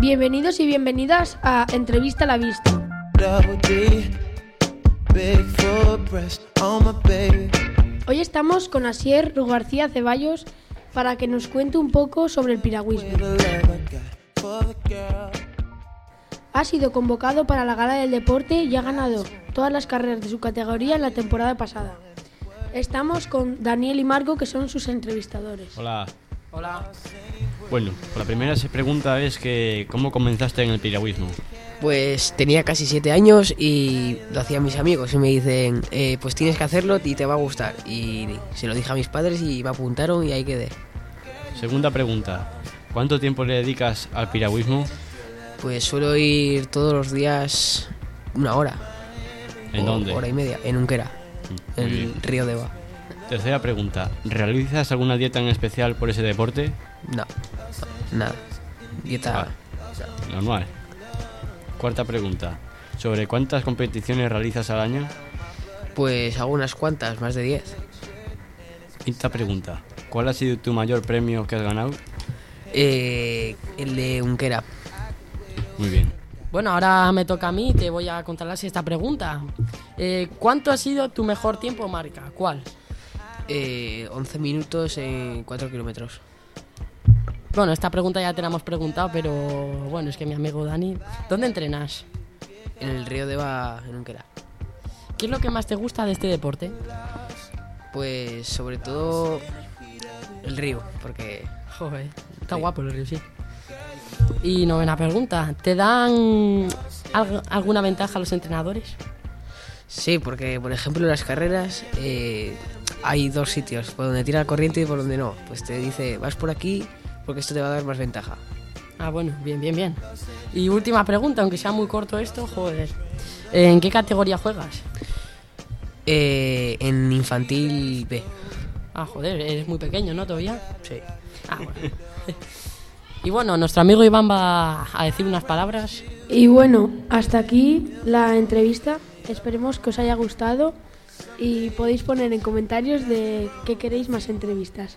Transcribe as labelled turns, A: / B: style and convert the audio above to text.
A: Bienvenidos y bienvenidas a Entrevista a la Vista.
B: double D. Big foot breast on my baby.
A: Hoy estamos con Asier García Ceballos para que nos cuente un poco sobre el piragüismo.
B: The love I got for the girl.
A: Ha sido convocado para la gala del deporte y ha ganado todas las carreras de su categoría en la temporada pasada. Estamos con Daniel y Marco, que son sus entrevistadores.
C: Hola. Hola. Bueno, la primera se- pregunta es que ¿cómo comenzaste en el piragüismo?
D: Pues tenía casi siete años y lo hacían mis amigos y me dicen, eh, pues tienes que hacerlo y te va a gustar. Y se lo dije a mis padres y me apuntaron y ahí quedé.
C: Segunda pregunta, ¿cuánto tiempo le dedicas al piragüismo?
D: Pues suelo ir todos los días una hora.
C: ¿En
D: o
C: dónde? Mm,
D: Hora y media, en Unquera,
C: Muy
D: en
C: bien.
D: Río de Eva.
C: Tercera pregunta, ¿realizas alguna dieta en especial por ese deporte?
D: No, nada.
C: Ah,
D: Dieta...
C: normal. Cuarta pregunta, ¿sobre cuántas competiciones realizas al año?
D: Pues hago unas cuantas, más de diez.
C: Quinta pregunta, ¿cuál ha sido tu mayor premio que has ganado?
D: Eh, el de Unquera.
C: Muy bien.
E: Bueno, ahora me toca a mí y te voy a contar la sexta pregunta. Eh, ¿Cuánto ha sido tu mejor tiempo marca? ¿Cuál?
D: Eh, 11 minutos en 4 kilómetros.
E: Bueno, esta pregunta ya te la hemos preguntado, pero bueno, es que mi amigo Dani. ¿Dónde entrenas?
D: En el Río de Eva, en Unquera.
E: ¿Qué es lo que más te gusta de este deporte?
D: Pues sobre todo el río, porque
E: Joder, está guapo el río, sí. Y novena pregunta, ¿te dan al- alguna ventaja los entrenadores?
D: sí, porque por ejemplo en las carreras eh, hay dos sitios, por donde tira la corriente y por donde no. Pues te dice, vas por aquí porque esto te va a dar más ventaja.
E: Ah, bueno, bien, bien, bien. Y última pregunta, aunque sea muy corto esto, joder. ¿En qué categoría juegas?
D: Eh, en infantil B.
E: Ah, joder, eres muy pequeño, ¿no? Todavía.
D: Sí.
E: Ah, bueno. y bueno, nuestro amigo Iván va a decir unas palabras.
A: Y bueno, hasta aquí la entrevista. Esperemos que os haya gustado y podéis poner en comentarios de qué queréis más entrevistas.